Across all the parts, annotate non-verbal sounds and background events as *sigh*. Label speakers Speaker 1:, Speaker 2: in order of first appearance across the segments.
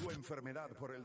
Speaker 1: Tu enfermedad por el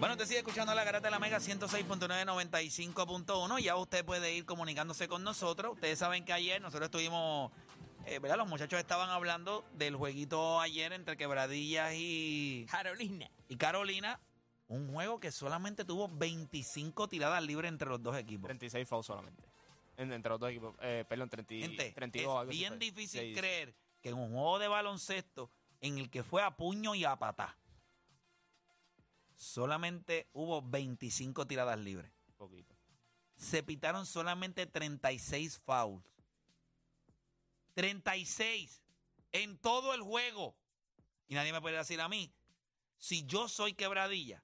Speaker 2: Bueno, te sigue escuchando la garata de la Mega 106.995.1. Ya usted puede ir comunicándose con nosotros. Ustedes saben que ayer nosotros estuvimos, eh, ¿verdad? Los muchachos estaban hablando del jueguito ayer entre Quebradillas y,
Speaker 3: Carolina.
Speaker 2: y Carolina. Un juego que solamente tuvo 25 tiradas libres entre los dos equipos.
Speaker 3: 36 fouls solamente. En- Entre los dos equipos. Eh, perdón, 30,
Speaker 2: Gente,
Speaker 3: 32.
Speaker 2: es
Speaker 3: algo así
Speaker 2: bien
Speaker 3: fue.
Speaker 2: difícil
Speaker 3: Sí, sí.
Speaker 2: creer que en un juego de baloncesto en el que fue a puño y a patá, solamente hubo 25 tiradas libres.
Speaker 3: Poquito.
Speaker 2: se pitaron solamente 36 fouls. 36 en todo el juego. Y nadie me puede decir a mí, si yo soy quebradilla,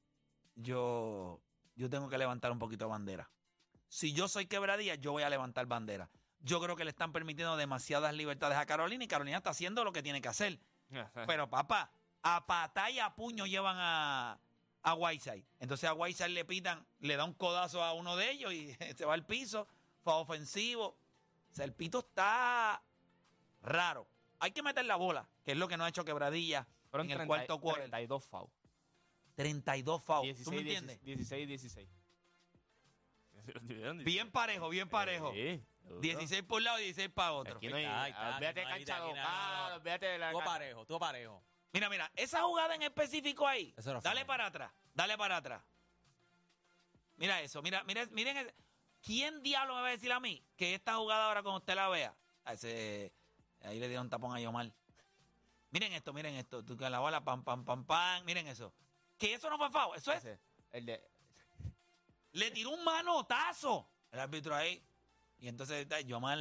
Speaker 2: yo, yo tengo que levantar un poquito de bandera. Si yo soy quebradilla, yo voy a levantar bandera. Yo creo que le están permitiendo demasiadas libertades a Carolina y Carolina está haciendo lo que tiene que hacer. Pero papá, a patá y a puño llevan a, a Whiteside. Entonces a Whiteside le pitan, le da un codazo a uno de ellos y *laughs* se va al piso. Fue ofensivo. O sea, el pito está raro. Hay que meter la bola, que es lo que no ha hecho quebradilla
Speaker 3: Fueron
Speaker 2: en el
Speaker 3: 30
Speaker 2: cuarto quarter.
Speaker 3: 32 fouls.
Speaker 2: 32 fouls. ¿Tú me
Speaker 3: 16,
Speaker 2: entiendes?
Speaker 3: 16, 16. *laughs*
Speaker 2: Bien parejo, bien parejo.
Speaker 3: Sí, seguro.
Speaker 2: 16 por un lado y 16 para otro.
Speaker 3: Aquí no hay.
Speaker 4: Ahí está, aquí
Speaker 3: Véate
Speaker 4: no hay vida,
Speaker 3: cancha
Speaker 4: aquí no hay
Speaker 3: local,
Speaker 4: nada.
Speaker 3: olvídate de la.
Speaker 4: Estuvo
Speaker 3: cancha-
Speaker 4: parejo, estuvo parejo.
Speaker 2: Mira, mira, esa jugada en específico ahí.
Speaker 4: Eso era
Speaker 2: Dale
Speaker 4: foul.
Speaker 2: para atrás, dale para atrás. Mira eso, mira, mira, miren. ese- ¿Quién diablo me va a decir a mí que esta jugada ahora cuando usted la vea? a ese- ahí le dieron tapón a Yomar. Miren esto, miren esto. Tú con la bola, pam, pam, pam, pam. Miren eso. Que eso no fue foul, eso es.
Speaker 3: Ese, El de.
Speaker 2: Le tiró un manotazo el árbitro ahí. Y entonces da, Yomar,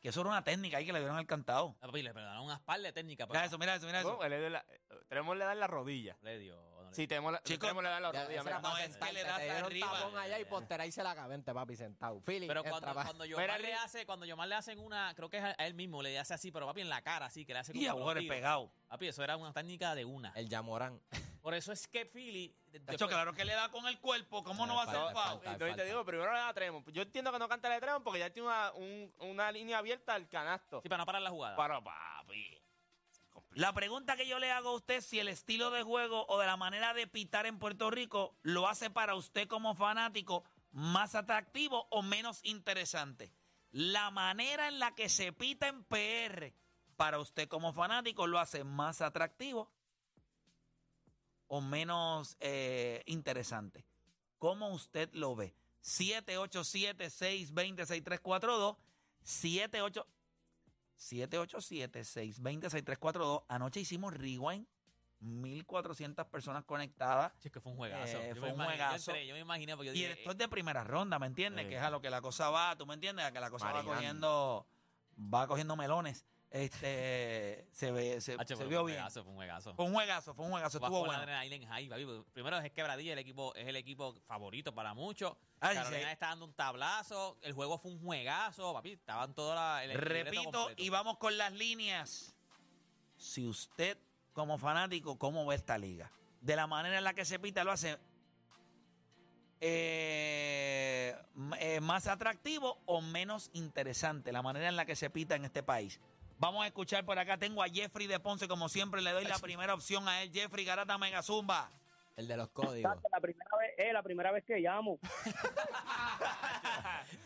Speaker 2: que eso era una técnica ahí que le dieron al cantado.
Speaker 4: Ah, papi, le perdonaron unas par de técnicas. pero
Speaker 2: Mira eso, mira eso, mira eso.
Speaker 3: No, el de la- Tenemos le da en la rodilla.
Speaker 4: no le dio. no le
Speaker 3: Sí,
Speaker 4: dio.
Speaker 3: tenemos, la-
Speaker 2: Chicos,
Speaker 3: tenemos le da en la
Speaker 5: Ya,
Speaker 3: rodilla.
Speaker 5: esa
Speaker 3: mira.
Speaker 5: era para
Speaker 2: No, es que
Speaker 5: sentarte,
Speaker 2: le das
Speaker 5: te dieron
Speaker 2: arriba.
Speaker 5: tapón allá y Pontera ahí se la vente, papi, sentado. Philly,
Speaker 4: Pero
Speaker 5: entra,
Speaker 4: cuando,
Speaker 5: pa.
Speaker 4: cuando
Speaker 3: Mira,
Speaker 4: Yomar
Speaker 3: Lee.
Speaker 4: le hace, cuando Yomar le hacen una, creo que es a a él mismo, le hace así, pero papi en la cara, así, que le hace como
Speaker 2: Y a
Speaker 4: con los
Speaker 2: Jorge
Speaker 4: tiros.
Speaker 2: pegado.
Speaker 4: Papi, eso era una técnica de una.
Speaker 5: El Yamorán.
Speaker 4: Por eso es que Philly. de-
Speaker 2: Tacho,
Speaker 4: después-
Speaker 2: claro que le da con el cuerpo, ¿cómo no
Speaker 5: Eh,
Speaker 2: va a
Speaker 5: falta,
Speaker 2: ser foul?
Speaker 5: falta.
Speaker 3: Y entonces te digo, primero le da a Tremont. Yo entiendo que no canta la de Tremont porque ya tiene una, un- una línea abierta al canasto.
Speaker 4: Sí, para no parar la jugada.
Speaker 3: Para papi.
Speaker 2: La pregunta que yo le hago a usted si el estilo de juego o de la manera de pitar en Puerto Rico lo hace para usted como fanático más atractivo o menos interesante. La manera en la que se pita en PR para usted como fanático lo hace más atractivo o menos eh, interesante. ¿Cómo usted lo ve? 787 620 6342 78 787-620-6342. Anoche hicimos rewind. 1.400 personas conectadas.
Speaker 4: Sí, es que fue un juegazo.
Speaker 2: Eh,
Speaker 4: Yo
Speaker 2: fue
Speaker 4: me
Speaker 2: un
Speaker 4: imagino- yo
Speaker 2: juegazo.
Speaker 4: entré, Yo me imaginé, porque yo
Speaker 2: Y
Speaker 4: dije,
Speaker 2: esto es de primera ronda, ¿me entiendes?
Speaker 3: Sí.
Speaker 2: Que es a lo que la cosa va, ¿tú me entiendes? A que la cosa
Speaker 3: Marinando.
Speaker 2: va cogiendo va cogiendo melones. Este *laughs* se ve se,
Speaker 4: eh, H,
Speaker 2: se
Speaker 4: pero
Speaker 2: vio
Speaker 4: fue un
Speaker 2: bien.
Speaker 4: juegazo, fue un juegazo.
Speaker 2: Fue un juegazo, fue un juegazo,
Speaker 4: Vas
Speaker 2: estuvo
Speaker 4: con la
Speaker 2: bueno.
Speaker 4: adrenalina en high, papi. Primero es quebradilla, el equipo es el equipo favorito para muchos.
Speaker 2: Ay,
Speaker 4: Carolina
Speaker 2: sí.
Speaker 4: está dando un tablazo, el juego fue un juegazo, papi, estaban todas las... el libreto
Speaker 2: Repito
Speaker 4: completo.
Speaker 2: y vamos con las líneas. Si usted, como fanático, ¿cómo ve esta liga? De la manera en la que se pita, lo hace eh, m- eh, más atractivo o menos interesante la manera en la que se pita en este país. Vamos a escuchar por acá. Tengo a Jeffrey de Ponce, como siempre, le doy la primera opción a él. Jeffrey Garata Megazumba.
Speaker 5: El de los códigos.
Speaker 6: La primera vez, es la primera vez que llamo.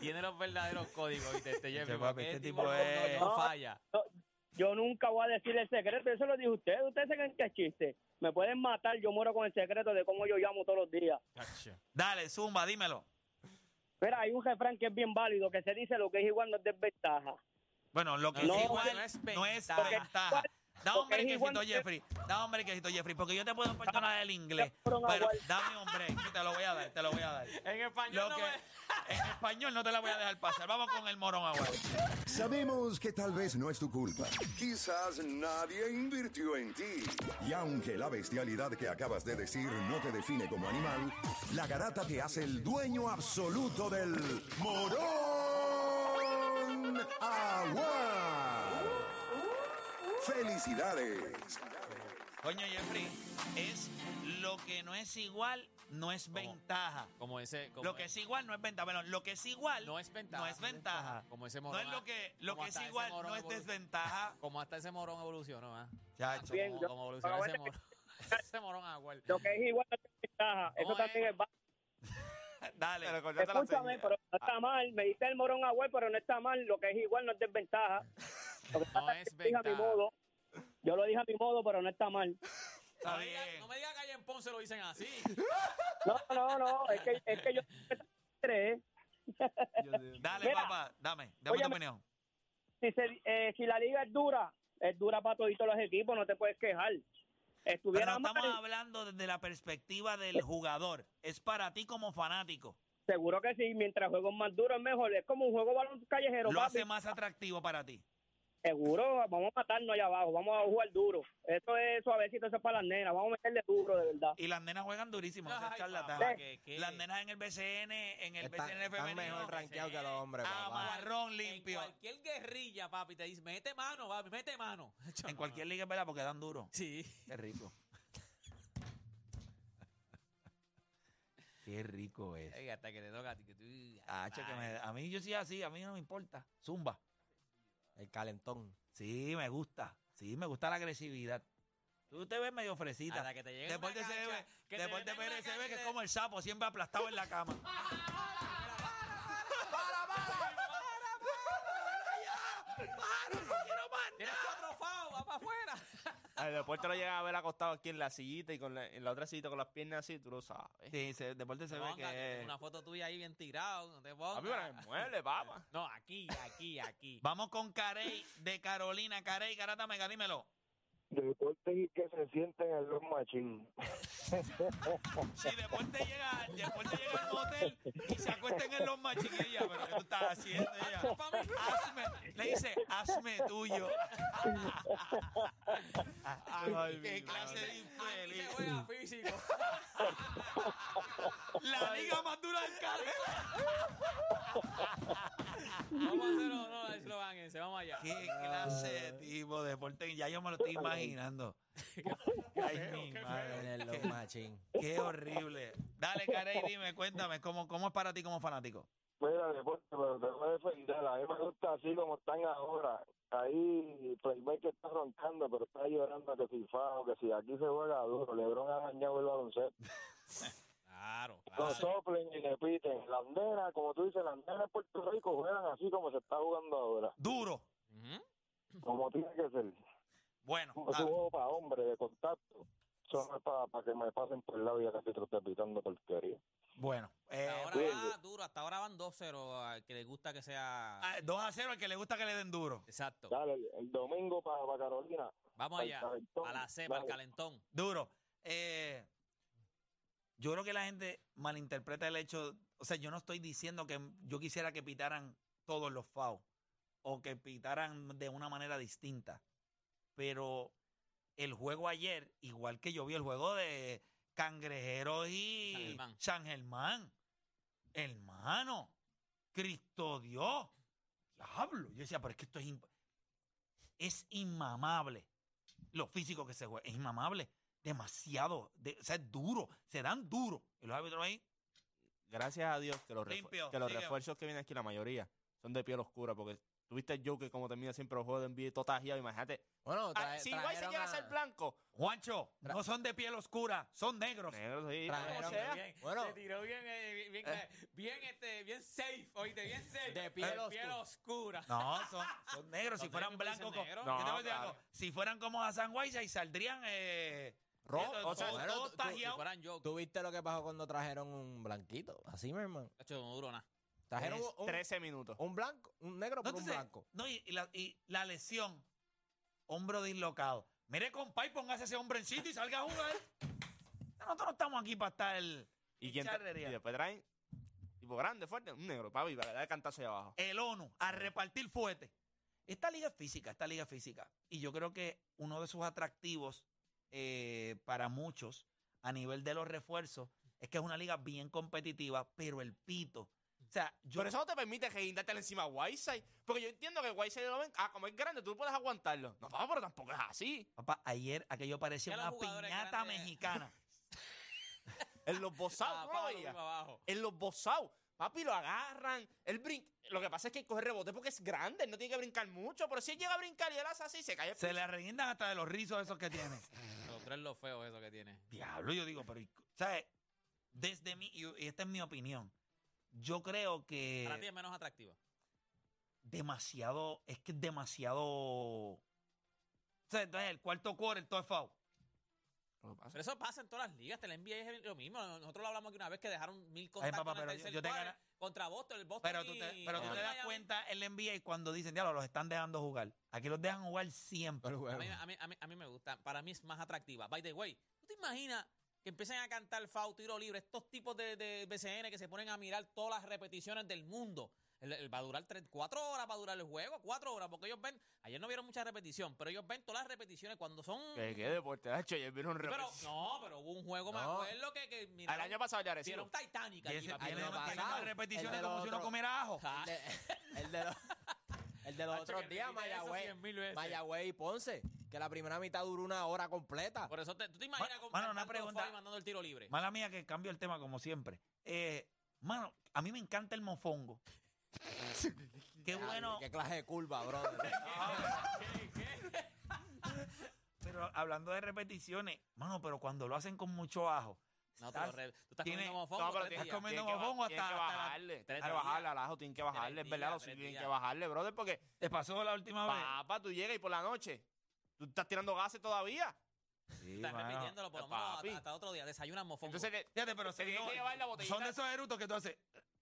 Speaker 4: Tiene los verdaderos códigos, ¿viste? Este Jeffrey,
Speaker 2: papi,
Speaker 4: porque
Speaker 2: este
Speaker 4: este
Speaker 2: tipo
Speaker 4: tipo no-
Speaker 2: es-
Speaker 4: no, no falla.
Speaker 6: Yo nunca voy a decir el secreto, eso lo dijo usted. Ustedes se creen que es chiste. Me pueden matar, yo muero con el secreto de cómo yo llamo todos los días.
Speaker 2: Dale, Zumba, dímelo.
Speaker 6: Mira, hay un refrán que es bien válido, que se dice lo que es igual no es desventaja.
Speaker 2: Bueno, lo que
Speaker 6: No,
Speaker 4: porque
Speaker 2: es igual
Speaker 4: no es
Speaker 2: no es
Speaker 4: ventaja.
Speaker 2: ventaja. Da un
Speaker 6: porque es igual
Speaker 2: brequecito,
Speaker 6: que-
Speaker 2: Jeffrey. Da un brequecito, Jeffrey, porque yo te puedo perdonar el inglés.
Speaker 6: Cabrón,
Speaker 2: Pero
Speaker 6: aguanta.
Speaker 2: dame un break, te lo voy a dar, te lo voy a dar.
Speaker 3: En español
Speaker 2: Lo
Speaker 3: no
Speaker 2: que-
Speaker 3: me-
Speaker 2: *laughs* en español no te la voy a dejar pasar. Vamos con el morón ahora.
Speaker 1: Sabemos que tal vez no es tu culpa. Quizás nadie invirtió en ti. Y aunque la bestialidad que acabas de decir no te define como animal, la garata te hace el dueño absoluto del morón agua. Felicidades.
Speaker 2: Coño, Jeffrey, es lo que no es igual, no es ventaja.
Speaker 4: Como ese. Como
Speaker 2: Lo que es igual no es ventaja. Bueno, lo que es igual
Speaker 4: No es ventaja.
Speaker 2: No es ventaja.
Speaker 4: Como ese
Speaker 2: No
Speaker 4: morón. ah.
Speaker 2: es lo que, lo
Speaker 4: como
Speaker 2: que es
Speaker 4: hasta ese
Speaker 2: igual,
Speaker 4: morón
Speaker 2: no es
Speaker 4: evolu-
Speaker 2: desventaja.
Speaker 4: Como hasta ese morón evolucionó, ¿ah?
Speaker 2: Chacho.
Speaker 6: Bien,
Speaker 4: Como,
Speaker 6: yo-
Speaker 4: como evolucionó
Speaker 6: ahora
Speaker 4: ese
Speaker 6: que- *laughs*
Speaker 4: morón. *laughs* ese morón agua.
Speaker 6: Lo que es igual no es desventaja, eso
Speaker 4: ¿Cómo
Speaker 6: también
Speaker 4: es?
Speaker 6: es válido.
Speaker 2: Dale.
Speaker 3: cortaste la
Speaker 6: Escúchame,
Speaker 3: señal.
Speaker 6: pero no está mal. Me dice el morón agüey, pero no está mal. Lo que es igual no es desventaja. Lo que
Speaker 4: No
Speaker 6: pasa
Speaker 4: es
Speaker 6: que yo lo dije a mi
Speaker 4: ventaja.
Speaker 6: modo. Yo lo dije a mi modo, pero no está mal.
Speaker 2: Está
Speaker 4: No me diga-
Speaker 2: bien.
Speaker 4: No me digas que allá en Ponce lo dicen así.
Speaker 6: No, no, no. Es que, es que yo creé.
Speaker 2: Dale,
Speaker 6: Mira.
Speaker 2: papá. Dame. Dame tu
Speaker 6: Óyeme.
Speaker 2: opinión.
Speaker 6: Si, se- eh, si la liga es dura, es dura para todos los equipos, no te puedes quejar.
Speaker 2: Pero no
Speaker 6: Estuviera mal,
Speaker 2: estamos hablando desde la perspectiva del jugador. Es para ti como fanático.
Speaker 6: seguro que sí. Mientras juego más duro es mejor. Es como un juego balón callejero,
Speaker 2: Lo
Speaker 6: papi.
Speaker 2: hace más atractivo para ti.
Speaker 6: Seguro, vamos a matarnos allá abajo. Vamos a jugar duro. Eso es suavecito, eso es para las nenas. Vamos a meterle duro, de verdad.
Speaker 2: Y las nenas juegan durísimo. no seas
Speaker 4: Ay,
Speaker 2: charlatán.
Speaker 4: papá, que- que-
Speaker 2: Las nenas en el BCN, en el
Speaker 5: Están-
Speaker 2: BCN
Speaker 5: están
Speaker 2: femenino.
Speaker 5: mejor rankeados que los hombres,
Speaker 2: a
Speaker 5: papá.
Speaker 2: *laughs* marrón
Speaker 4: En
Speaker 2: limpio.
Speaker 4: cualquier guerrilla, papi, te dice, mete mano, papi, mete mano. *laughs*
Speaker 2: En cualquier liga, ¿verdad? Porque dan duro.
Speaker 4: Sí.
Speaker 2: Qué rico. Qué rico es.
Speaker 4: Ey, hasta que te toca a ti, que tú-
Speaker 2: Ah, che, que me- a mí yo sí así, a mí no me importa. Zumba.
Speaker 5: El calentón.
Speaker 2: Sí, me gusta. Sí, me gusta la agresividad. Tú te ves medio fresita.
Speaker 4: Hasta que te llegue
Speaker 2: Deporte
Speaker 4: una
Speaker 2: se
Speaker 4: cancha,
Speaker 2: ve,
Speaker 4: que te
Speaker 2: Deporte
Speaker 4: llegue una
Speaker 2: Pérez se ve que es
Speaker 4: cancha-
Speaker 2: como el sapo, siempre aplastado en la *laughs* cama.
Speaker 4: Tienes
Speaker 2: ¡Ah!
Speaker 4: cuatro faos, va para afuera.
Speaker 2: *laughs*
Speaker 3: Al deporte lo llega a ver acostado aquí en la sillita y con la, en la otra sillita con las piernas así, tú lo sabes.
Speaker 2: Sí, se- deporte se ve
Speaker 4: Póngate,
Speaker 2: que.
Speaker 4: tengo una foto tuya ahí bien tirado, no te
Speaker 3: A mí
Speaker 4: pongas.
Speaker 3: me mueble, papá.
Speaker 4: *laughs* No, aquí, aquí,
Speaker 2: *laughs*
Speaker 4: aquí.
Speaker 2: Vamos con Carey de Carolina. Carey, Garata Mega, dímelo.
Speaker 7: Deportes que se sienten en los machín.
Speaker 2: Si después te llega, después te llega al motel y se acuesten en los machinillas, pero ¿qué tú estás haciendo ella? *laughs* Hazme, le dice, hazme tuyo.
Speaker 3: Ay,
Speaker 2: Qué
Speaker 3: mi
Speaker 2: clase
Speaker 3: madre.
Speaker 4: Aquí
Speaker 2: de
Speaker 4: se
Speaker 2: infeliz.
Speaker 4: juega físico.
Speaker 2: La liga más dura del Caribe.
Speaker 4: Vamos a hacer honor al eslogan ese, vamos allá.
Speaker 2: Qué clase de tipo de deporte, ya yo me lo estoy imaginando. Ay, mi madre.
Speaker 5: En los machín.
Speaker 2: Qué horrible. Dale, Carey, dime, cuéntame, ¿cómo, ¿cómo es para ti como fanático?
Speaker 7: Mira, deporte, pero te voy a defender. A mí me gusta así como están ahora. Ahí, que está roncando, pero está llorando que si fao, que si aquí se juega duro. Lebron ha dañado el baloncesto.
Speaker 4: *laughs* Claro,
Speaker 7: No
Speaker 4: claro.
Speaker 7: soplen y repiten. Las nenas, como tú dices, las nenas de Puerto Rico juegan así como se está jugando ahora.
Speaker 2: Duro.
Speaker 4: Ujú.
Speaker 7: Como tiene que ser.
Speaker 2: Bueno,
Speaker 4: Ah.
Speaker 7: Es un
Speaker 2: dale.
Speaker 7: juego para hombres, de contacto. Eso no es para, para que me pasen por el lado y acá estoy pitando porquería.
Speaker 2: bueno. eh,
Speaker 4: Hasta ahora
Speaker 7: bueno.
Speaker 4: va duro, hasta ahora van 2-0 al que le gusta que sea.
Speaker 2: ah, 2 a 0 al que le gusta que le den duro.
Speaker 4: Exacto.
Speaker 7: Dale, el, el domingo para, para Carolina.
Speaker 4: Vamos
Speaker 7: Al
Speaker 4: allá.
Speaker 7: calentón,
Speaker 4: A la cepa, al
Speaker 7: dale.
Speaker 4: calentón.
Speaker 2: Duro. Eh, yo creo que la gente malinterpreta el hecho. O sea, yo no estoy diciendo que yo quisiera que pitaran todos los FAO o que pitaran de una manera distinta. Pero el juego ayer, igual que yo vi el juego de Cangrejeros y
Speaker 4: San Germán.
Speaker 2: San Germán. Hermano, Cristo Dios, diablo. Yo decía, pero es que esto es, imp- es inmamable. Lo físico que se juega es inmamable demasiado, de- o sea, es duro, se dan duro. Y los árbitros ahí,
Speaker 3: Gracias a Dios que los, refu-
Speaker 2: Limpio,
Speaker 3: que los
Speaker 2: sigue.
Speaker 3: refuerzos que vienen aquí, la mayoría, son de piel oscura porque Tuviste el Joker como termina siempre los juegos de NBA todo tajeado, imagínate.
Speaker 5: Bueno,
Speaker 3: Ah,
Speaker 5: trae-
Speaker 3: si Ibai se
Speaker 5: trajeron
Speaker 3: llega a
Speaker 5: a-
Speaker 3: ser blanco,
Speaker 2: Juancho,
Speaker 5: Tra-
Speaker 2: no son de piel oscura, son negros.
Speaker 3: negro, sí,
Speaker 5: Trajeron-
Speaker 3: como sea.
Speaker 4: bien,
Speaker 5: Bueno.
Speaker 4: se tiró bien, eh, bien, bien, bien, este, bien safe, oíste, bien safe.
Speaker 5: De piel oscura.
Speaker 4: oscura.
Speaker 2: No, son, son negros. si
Speaker 4: Los
Speaker 2: fueran
Speaker 4: negros dicen
Speaker 2: blancos, co-
Speaker 4: negros.
Speaker 2: yo te voy a
Speaker 3: No,
Speaker 2: decir algo,
Speaker 3: claro.
Speaker 2: si fueran como Hassan Whiteside y saldrían eh,
Speaker 3: Rojo,
Speaker 2: esos-
Speaker 3: o sea,
Speaker 2: todos-
Speaker 5: bueno,
Speaker 2: todos
Speaker 5: tú- tú-
Speaker 4: Si
Speaker 2: tajeados.
Speaker 4: fueran yo,
Speaker 5: ¿Tú viste lo que pasó cuando trajeron un blanquito? Así, mi hermano.
Speaker 4: hecho, no duró nada.
Speaker 5: Trajeron un, un-
Speaker 3: 13 minutos.
Speaker 5: un blanco, un negro por un
Speaker 2: entonces,
Speaker 5: blanco.
Speaker 2: no, y, y la, y la lesión, hombro dislocado. Mire, compadre, póngase ese hombro en sitio y salga a jugar. Nosotros no estamos aquí para estar. El,
Speaker 3: Y, quién tra-
Speaker 2: charrería.
Speaker 3: y después traen, tipo grande, fuerte, un negro, papi, para dar el cantazo allá abajo.
Speaker 2: el ONU a repartir fuerte. Esta liga es física, esta liga es física. Y yo creo que uno de sus atractivos eh, para muchos a nivel de los refuerzos es que es una liga bien competitiva, pero el pito. O sea, yo.
Speaker 3: Pero eso no te permite guindártelo encima a Whiteside. Porque yo entiendo que Whiteside lo ven, ah, como es grande, tú puedes aguantarlo. No, papá, pero tampoco es así.
Speaker 2: Papá, ayer aquello parecía
Speaker 4: Ya los
Speaker 2: una
Speaker 4: jugadores
Speaker 2: piñata
Speaker 4: grandes-
Speaker 2: mexicana.
Speaker 3: En los bozados,
Speaker 5: Ah,
Speaker 3: ¿tú no lo
Speaker 4: Tapado,
Speaker 3: veías?
Speaker 4: para abajo.
Speaker 3: En los bozados. Papi, lo agarran. Él brinca. Lo que pasa es que coge rebote porque es grande. Él no tiene que brincar mucho. Pero si él llega a brincar y él hace así, se cae.
Speaker 2: Se le arreguindan hasta de los rizos esos que tiene.
Speaker 4: Los tres los feos eso que tiene.
Speaker 2: Diablo, yo digo, pero. ¿y cu- ¿Sabes? Desde mi. Y y esta es mi opinión. Yo creo que.
Speaker 4: Para ti es menos atractiva.
Speaker 2: demasiado, es que es demasiado. O sea, entonces el cuarto quarter, todo es foul.
Speaker 4: Pero eso pasa en todas las ligas. Te la NBA es lo mismo. Nosotros lo hablamos aquí una vez que dejaron mil
Speaker 2: Ay,
Speaker 4: cosas
Speaker 2: papá, pero yo- yo te gana-
Speaker 4: contra Boston. El Boston
Speaker 2: Pero tú te,
Speaker 4: y-
Speaker 2: pero tú
Speaker 4: y
Speaker 2: te das
Speaker 4: Miami.
Speaker 2: cuenta en la NBA y cuando dicen, diablo, los están dejando jugar. Aquí los dejan jugar siempre.
Speaker 5: Pero,
Speaker 4: A
Speaker 5: bueno,
Speaker 4: mí, a, mí, a, mí, a mí me gusta. Para mí es más atractiva. By the way, ¿tú te imaginas que empiecen a cantar FAU, tiro libre? Estos tipos de, de BCN que se ponen a mirar todas las repeticiones del mundo. El, el- va a durar tres, cuatro horas, va a durar el juego, cuatro horas, porque ellos ven. Ayer no vieron mucha repetición, pero ellos ven todas las repeticiones cuando son.
Speaker 3: ¿Qué, qué deporte, ha hecho? Ayer vieron un
Speaker 4: Pero,
Speaker 3: rebote.
Speaker 4: no, pero hubo un juego, me
Speaker 5: No.
Speaker 4: acuerdo que, que
Speaker 3: Al
Speaker 4: miraron-
Speaker 3: año pasado ya
Speaker 4: vieron
Speaker 3: recibo.
Speaker 4: Titanic
Speaker 2: Y
Speaker 4: allí,
Speaker 2: ese-
Speaker 4: papá.
Speaker 2: tiene,
Speaker 5: no
Speaker 2: tiene
Speaker 5: pasado.
Speaker 2: más repeticiones
Speaker 5: El de
Speaker 2: como
Speaker 5: los
Speaker 2: si uno
Speaker 5: otros-
Speaker 2: comiera ajo.
Speaker 4: Ah,
Speaker 5: el de, el de los,
Speaker 3: *laughs*
Speaker 5: el de los
Speaker 4: Tacho, que
Speaker 5: otros días,
Speaker 4: repite eso
Speaker 5: Mayagüez.
Speaker 4: 100.000 veces.
Speaker 5: Mayagüez y Ponce. Que la primera mitad duró una hora completa.
Speaker 4: Por eso, te, ¿tú te imaginas
Speaker 2: Ma-
Speaker 4: con
Speaker 2: mano, una
Speaker 4: Fernando
Speaker 2: pregunta.
Speaker 4: Fori mandando el tiro libre?
Speaker 2: Mala mía que cambio el tema como siempre. Eh, mano, a mí me encanta el mofongo. Qué
Speaker 5: Diablo,
Speaker 2: bueno.
Speaker 5: Qué clase de curva, brother.
Speaker 2: Pero hablando de repeticiones, mano, pero cuando lo hacen con mucho ajo.
Speaker 4: No, te lo
Speaker 2: estás-
Speaker 4: re- tú estás
Speaker 2: tiene-
Speaker 4: comiendo mofongo.
Speaker 3: No, pero
Speaker 4: tres
Speaker 3: tienes
Speaker 4: días.
Speaker 2: estás comiendo
Speaker 3: tienes que ba-
Speaker 2: mofongo
Speaker 3: tienes
Speaker 2: hasta-
Speaker 3: que
Speaker 2: hasta la-
Speaker 3: bajarle. Tienes que
Speaker 4: días.
Speaker 3: bajarle al ajo, tienes que bajarle. Es verdad,
Speaker 4: días,
Speaker 3: los
Speaker 4: tres
Speaker 3: tienen que
Speaker 4: días.
Speaker 3: bajarle, brother, porque
Speaker 2: ¿Te pasó la última vez?
Speaker 3: papá, tú llegas y por la noche, tú estás tirando gases todavía.
Speaker 4: Estás repitiéndolo por lo menos
Speaker 3: Papi.
Speaker 4: hasta, hasta otro día. Desayunas mofongo.
Speaker 3: Entonces, te-
Speaker 2: Fíjate, pero
Speaker 3: te
Speaker 2: si
Speaker 3: tienes
Speaker 2: no-
Speaker 3: que llevar la botellita.
Speaker 2: son de esos erutos que tú haces.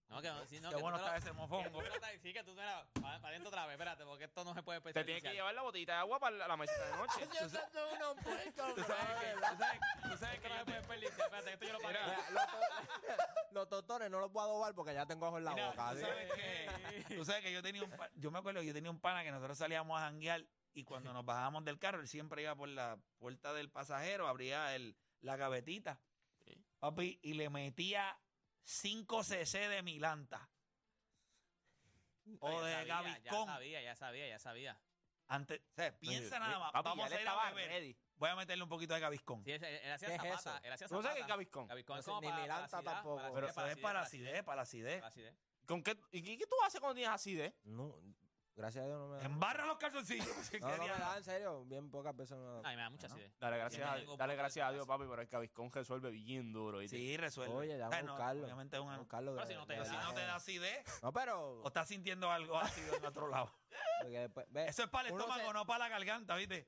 Speaker 4: no, que, no, sí, no, que
Speaker 2: Qué
Speaker 4: tú
Speaker 2: bueno
Speaker 4: te lo-
Speaker 2: está ese mofongo.
Speaker 4: que tú te lo- Sí, que tú te la... Para adentro otra vez, espérate, porque esto no se puede
Speaker 3: Te tienes que
Speaker 4: desperdiciar.
Speaker 3: llevar la botellita de agua para la- la mesita de noche.
Speaker 5: Yo dando unos puertos,
Speaker 4: Tú sabes que, tú sabes, tú sabes que no se puede desperdiciar. Espérate, que esto yo lo pagué.
Speaker 5: Mira, los, to- los tostones no los puedo adobar porque ya tengo ajo en la
Speaker 2: Mira,
Speaker 5: boca.
Speaker 2: tú
Speaker 5: ¿sí?
Speaker 2: sabes que, tú sabes que yo tenía un pa- yo me acuerdo que yo tenía un pana que nosotros salíamos a janguear y cuando nos bajábamos del carro, él siempre iba por la puerta del pasajero, abría el, la gavetita, papi, y le metía 5 cc de Milanta. O
Speaker 4: Ya
Speaker 2: de
Speaker 4: sabía,
Speaker 2: Gabicón.
Speaker 4: Ya sabía, ya sabía, ya sabía.
Speaker 2: Antes, o sea, piensa nada más.
Speaker 3: Papi,
Speaker 2: Vamos
Speaker 3: ya
Speaker 2: a
Speaker 3: él
Speaker 2: ir a
Speaker 3: estaba
Speaker 2: beber.
Speaker 3: ready.
Speaker 2: Voy a meterle un poquito de Gabicón.
Speaker 4: Sí, él, él hacía
Speaker 5: ¿Qué es
Speaker 4: zapata,
Speaker 5: eso?
Speaker 4: él hacía
Speaker 3: ¿Tú
Speaker 4: zapata.
Speaker 3: sabes qué es Gaviscon?
Speaker 4: Gabicón
Speaker 5: No
Speaker 4: es
Speaker 5: sé,
Speaker 4: como
Speaker 5: ni
Speaker 4: para,
Speaker 5: Milanta
Speaker 4: para acidez,
Speaker 5: tampoco.
Speaker 4: para
Speaker 2: Pero
Speaker 4: acidez,
Speaker 2: eso es para
Speaker 4: para
Speaker 2: la
Speaker 4: acidez,
Speaker 2: acidez, para la acidez.
Speaker 4: para acidez.
Speaker 3: ¿Con qué, ¿Y qué, qué tú haces cuando tienes acidez?
Speaker 5: No, gracias a Dios no me dan.
Speaker 2: Embarra los calzoncillos.
Speaker 5: No, no me dan, en serio. Bien pocas veces me dan.
Speaker 4: Ay, me da mucha acidez.
Speaker 3: Dale
Speaker 4: Yo
Speaker 3: gracias,
Speaker 4: no
Speaker 3: a,
Speaker 4: tengo
Speaker 3: dale
Speaker 4: poco
Speaker 3: gracias a
Speaker 4: de
Speaker 3: Dios, papi, pero el cabiscón resuelve bien duro. ¿oíste?
Speaker 2: Sí, resuelve.
Speaker 5: Oye, ya
Speaker 2: Ah,
Speaker 5: vamos a
Speaker 2: no,
Speaker 5: buscarlo.
Speaker 2: Obviamente es un
Speaker 5: Vamos a buscarlo,
Speaker 4: Pero
Speaker 5: de-
Speaker 4: si no te
Speaker 5: de-
Speaker 2: Pero si
Speaker 4: da-
Speaker 2: no te da acidez
Speaker 5: No, pero.
Speaker 2: o estás sintiendo algo ácido en otro lado.
Speaker 5: porque después-
Speaker 6: Eh,
Speaker 5: ve,
Speaker 2: Eso es para el
Speaker 5: uno
Speaker 2: estómago,
Speaker 5: se-
Speaker 2: no para la garganta, ¿viste?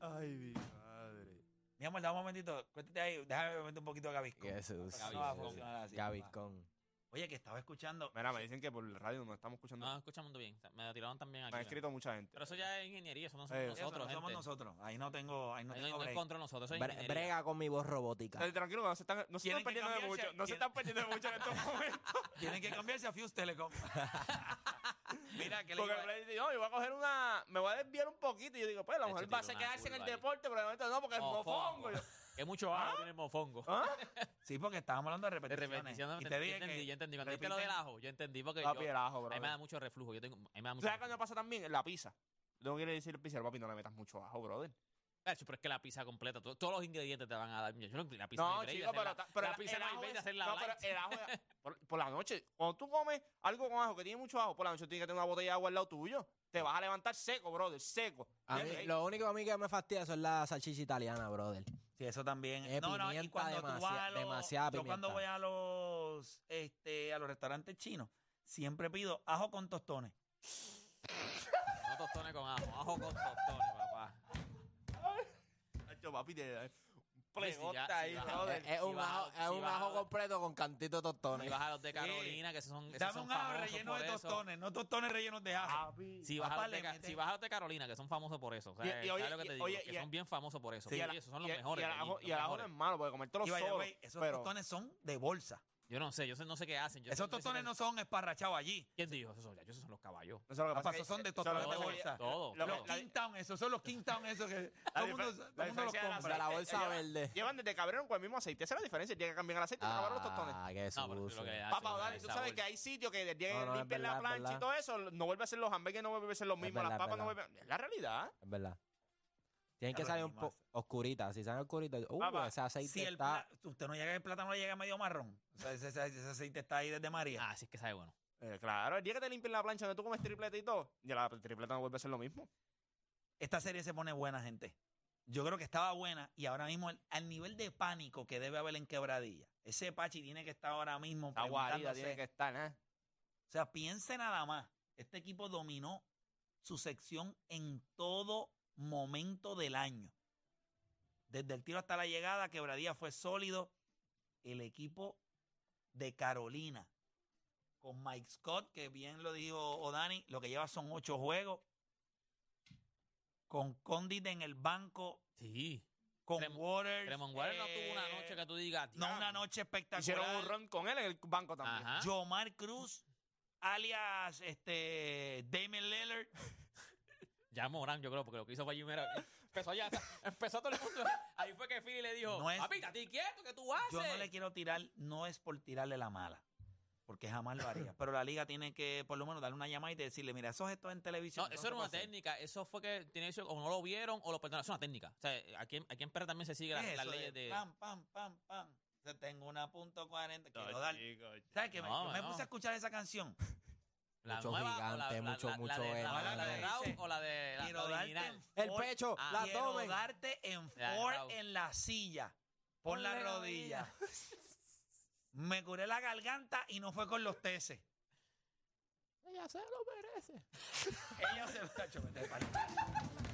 Speaker 3: Ay, mi madre.
Speaker 2: Mi amor, dame un momentito. Cuéntate ahí. Déjame meter un poquito de Gaviscon.
Speaker 5: Jesús.
Speaker 2: No va a funcionar así,
Speaker 5: Gaviscón.
Speaker 2: Oye, que estaba escuchando.
Speaker 3: Mira, me dicen que por el radio no estamos escuchando.
Speaker 4: No, escuchamos muy bien. O sea, Me lo tiraron también aquí.
Speaker 3: me ha
Speaker 4: mira.
Speaker 3: escrito mucha gente.
Speaker 4: Pero eso ya es ingeniería, eso no somos
Speaker 3: Eh,
Speaker 2: Eso,
Speaker 4: nosotros,
Speaker 2: no somos
Speaker 4: gente.
Speaker 2: nosotros. Ahí no tengo, ahí no
Speaker 4: Ahí no, hay-
Speaker 2: tengo
Speaker 4: no hay
Speaker 2: break.
Speaker 4: control nosotros, eso es
Speaker 5: Bre-
Speaker 4: ingeniería.
Speaker 5: Brega con mi voz robótica.
Speaker 3: Dale, tranquilo, que no se están, no se
Speaker 2: Tienen
Speaker 3: están
Speaker 2: que
Speaker 3: perdiendo de
Speaker 2: cambiarse-
Speaker 3: mucho. No
Speaker 2: tienen-
Speaker 3: se están perdiendo de mucho en estos
Speaker 4: *laughs*
Speaker 3: momentos.
Speaker 2: Tienen que cambiarse a Fuse Telecom. Mira, que le
Speaker 3: Porque
Speaker 2: iba a-
Speaker 3: Brady dice, no, yo voy a coger una. Me voy a desviar un poquito. Y yo digo, pues la
Speaker 4: Ese
Speaker 3: mujer
Speaker 4: tira
Speaker 3: va a se
Speaker 4: una
Speaker 3: quedarse en el
Speaker 4: curva ahí.
Speaker 3: deporte, pero de momento no, porque es mofongo.
Speaker 4: Mofongo. *laughs*
Speaker 3: Yo, "¿Ah?".
Speaker 4: Que mucho agua tiene el mofongo.
Speaker 2: Sí, porque estábamos hablando de
Speaker 4: De
Speaker 2: repeticiones.
Speaker 4: repetición.
Speaker 2: Y
Speaker 4: Yo
Speaker 2: te dije
Speaker 4: entendí,
Speaker 2: que
Speaker 4: yo entendí. Cuando dijiste lo
Speaker 2: repiten-
Speaker 4: del ajo, yo entendí porque yo...
Speaker 3: papi, el ajo, bro.
Speaker 4: A mí me da mucho reflujo. Yo tengo... A mí me da mucho
Speaker 3: ¿Sabes cuándo
Speaker 4: reflujo.
Speaker 3: pasa también? En La pizza. Tengo que ir a decir al pizzero, papi, no le metas mucho ajo, brother.
Speaker 4: Nacho, pero es que la pizza completa, to- todos los ingredientes te van a dar. Yo no, la pizza no
Speaker 3: No,
Speaker 4: hay break de
Speaker 3: chico, pero,
Speaker 4: hacerla-
Speaker 3: ta- pero
Speaker 4: la
Speaker 3: el
Speaker 4: pizza no hay
Speaker 3: ajo
Speaker 4: break de
Speaker 3: es-
Speaker 4: hacerla
Speaker 3: no,
Speaker 4: light.
Speaker 3: pero el ajo
Speaker 4: *laughs*
Speaker 3: es- por, por la noche, cuando tú comes algo con ajo que tiene mucho ajo, por la noche tú tienes que tener una botella de agua al lado tuyo. Te vas a levantar seco, brother, seco.
Speaker 5: A
Speaker 3: Bien,
Speaker 5: mí-
Speaker 3: ahí.
Speaker 5: lo único a mí que me fastidia son las salchichas italianas, brother.
Speaker 2: Sí, eso también.
Speaker 5: Es
Speaker 2: no, no, y
Speaker 5: pimienta
Speaker 2: cuando tú vas a
Speaker 5: demasiada-
Speaker 2: los,
Speaker 5: demasiada
Speaker 2: yo cuando
Speaker 5: pimienta.
Speaker 2: voy a los este a los restaurantes chinos, siempre pido ajo con tostones.
Speaker 4: No tostones con ajo, ajo con tostones, papá.
Speaker 3: Nacho, papi, te un
Speaker 4: Oye, si ya-
Speaker 3: plegota
Speaker 4: si
Speaker 3: ahí,
Speaker 4: vas a-
Speaker 3: brother.
Speaker 5: Es, es un,
Speaker 4: si vas a-
Speaker 5: ajo, es
Speaker 4: si
Speaker 5: un
Speaker 4: vas a-
Speaker 5: ajo completo con cantito de
Speaker 4: Si
Speaker 5: tostones.
Speaker 4: vas a los de Carolina, que esos son. esos
Speaker 2: Dame
Speaker 4: son
Speaker 2: un ajo
Speaker 4: famosos
Speaker 2: relleno
Speaker 4: por
Speaker 2: de
Speaker 4: eso.
Speaker 2: tostones, no tostones rellenos de ajo.
Speaker 4: Si vas, a
Speaker 2: Papá,
Speaker 4: los de,
Speaker 2: le
Speaker 4: Ca-
Speaker 2: meten-
Speaker 4: si vas a los de Carolina, que son famosos por eso. O sea,
Speaker 3: Y- y
Speaker 4: ¿sabes
Speaker 3: oye,
Speaker 4: lo que te
Speaker 3: y-
Speaker 4: digo?
Speaker 3: oye,
Speaker 4: que
Speaker 3: y-
Speaker 4: son bien famosos por eso.
Speaker 3: Sí,
Speaker 4: y
Speaker 3: y al-
Speaker 4: esos son los
Speaker 3: y-
Speaker 4: mejores.
Speaker 3: Y al
Speaker 4: de allí,
Speaker 3: ajo,
Speaker 4: los
Speaker 3: y al ajo no
Speaker 4: mejores.
Speaker 3: es malo, porque comértelo
Speaker 2: y vaya,
Speaker 3: solo.
Speaker 2: güey, esos
Speaker 3: pero
Speaker 2: tostones son de bolsa.
Speaker 4: Yo no sé, yo sé- no sé qué hacen. Yo
Speaker 2: esos
Speaker 4: sé- yo sé
Speaker 2: tostones
Speaker 4: que-
Speaker 2: no son esparrachados allí.
Speaker 4: ¿Quién dijo? Esos son, ya, esos son los caballos.
Speaker 3: No sé lo que
Speaker 2: Ah,
Speaker 3: pasa
Speaker 2: pasó,
Speaker 3: que-
Speaker 2: son de
Speaker 3: eso es lo que
Speaker 2: tostones de
Speaker 3: pasa que-
Speaker 2: bolsa.
Speaker 4: Todo.
Speaker 3: lo que-
Speaker 4: todo.
Speaker 3: la-
Speaker 2: King Town, esos son los King Town, esos que todo el
Speaker 3: difer-
Speaker 2: mundo, todo
Speaker 3: la
Speaker 2: el mundo los
Speaker 3: diferencia del
Speaker 5: De
Speaker 2: compra.
Speaker 5: la
Speaker 3: aceite,
Speaker 5: bolsa
Speaker 3: llevan-
Speaker 5: verde.
Speaker 3: Llevan desde cabrón con el mismo aceite. Esa es la diferencia. Tiene que cambiar el aceite y acabar los tostones.
Speaker 5: Ah, qué
Speaker 4: No, pero
Speaker 5: sucio.
Speaker 4: lo que le da
Speaker 3: Papá,
Speaker 4: sabor,
Speaker 3: Dani,
Speaker 4: el
Speaker 3: tú sabes
Speaker 4: sabor.
Speaker 3: que hay sitios que llegan,
Speaker 5: No, no, es
Speaker 3: limpian
Speaker 5: verdad,
Speaker 3: la
Speaker 5: es
Speaker 3: plancha y
Speaker 5: verdad.
Speaker 3: todo eso, no vuelve a ser los hamburgues, no vuelve a ser los
Speaker 5: Es
Speaker 3: mismos, las
Speaker 5: verdad,
Speaker 3: papas
Speaker 5: es
Speaker 3: no vuelven Es la realidad.
Speaker 5: Es verdad. Tienen que
Speaker 2: Claro,
Speaker 5: salir un
Speaker 2: animal.
Speaker 5: poco oscuritas. Si salen oscuritas, uh,
Speaker 3: Papá,
Speaker 5: ese aceite
Speaker 2: Si el
Speaker 5: está.
Speaker 2: pla- usted no llega el plátano le llega medio marrón. O sea, ese, ese- ese aceite está ahí desde María.
Speaker 4: Ah, sí, es que sabe bueno.
Speaker 3: Eh, claro, el día que te limpian la plancha donde tú comes tripleta y todo, ya la tripleta no vuelve a ser lo mismo.
Speaker 2: Esta serie se pone buena, gente. Yo creo que estaba buena y ahora mismo el- al nivel de pánico que debe haber en Quebradilla. Ese Pachi tiene que estar ahora mismo
Speaker 3: La guarida
Speaker 2: preguntándose,
Speaker 3: Ah, tiene que estar, ¿eh?
Speaker 2: O sea, piense nada más. Este equipo dominó su sección en todo momento del año. Desde el tiro hasta la llegada, Quebradilla fue sólido. El equipo de Carolina, con Mike Scott, que bien lo dijo O'Dani, lo que lleva son ocho juegos. Con Condit en el banco,
Speaker 4: Sí.
Speaker 2: con
Speaker 4: Trem-
Speaker 2: Waters.
Speaker 4: Tremont Waters no tuvo una
Speaker 2: eh,
Speaker 4: noche que tú digas.
Speaker 2: No, una
Speaker 4: "Diablo".
Speaker 2: noche espectacular.
Speaker 3: Hicieron un ron con él en el banco también.
Speaker 4: Ajá.
Speaker 2: Jomar Cruz, alias este Damon Lillard.
Speaker 4: Ya Morán, yo creo, porque lo que hizo fue Jimmy era-
Speaker 2: *laughs*
Speaker 4: Empezó allá, empezó todo el mundo. Ahí fue que Philly le dijo,
Speaker 2: No es-
Speaker 4: papi, estate quieto, que tú haces?
Speaker 2: Yo no le quiero tirar, no es por tirarle la mala, porque jamás lo haría. Pero la liga tiene que, por lo menos, darle una llamada y decirle, mira, esos gestos en televisión.
Speaker 4: No, eso era una técnica. Eso fue que tiene eso, o no lo vieron, o lo perdonaron. Es una técnica. O sea, aquí, en- aquí en Perra también se sigue las,
Speaker 2: La
Speaker 4: las leyes de.
Speaker 2: Pam, pam, pam, pam. O sea, Tengo una punto cuarenta. Quiero dar. ¿Sabes qué? Me-
Speaker 4: No,
Speaker 2: yo me,
Speaker 4: no.
Speaker 2: puse a escuchar esa canción.
Speaker 4: La
Speaker 5: Mucho
Speaker 4: nueva, o la,
Speaker 5: gigante,
Speaker 4: la-
Speaker 5: mucho,
Speaker 4: la- la
Speaker 5: mucho
Speaker 4: de, la,
Speaker 5: gana,
Speaker 4: la de
Speaker 2: gana.
Speaker 4: Raúl o la de la,
Speaker 2: Quiero
Speaker 4: la
Speaker 2: darte
Speaker 4: original.
Speaker 2: en
Speaker 5: El
Speaker 2: four-
Speaker 5: pecho,
Speaker 4: Ah,
Speaker 5: la
Speaker 2: Quiero
Speaker 5: abdomen.
Speaker 2: darte en
Speaker 4: La de
Speaker 2: four
Speaker 4: Raúl.
Speaker 2: en la silla. Pon la
Speaker 4: Ponle la
Speaker 2: rodilla.
Speaker 5: *laughs*
Speaker 2: Me curé la garganta y no fue con los teces.
Speaker 5: Ella se lo merece.
Speaker 2: Ella se lo ha hecho meter pa'l-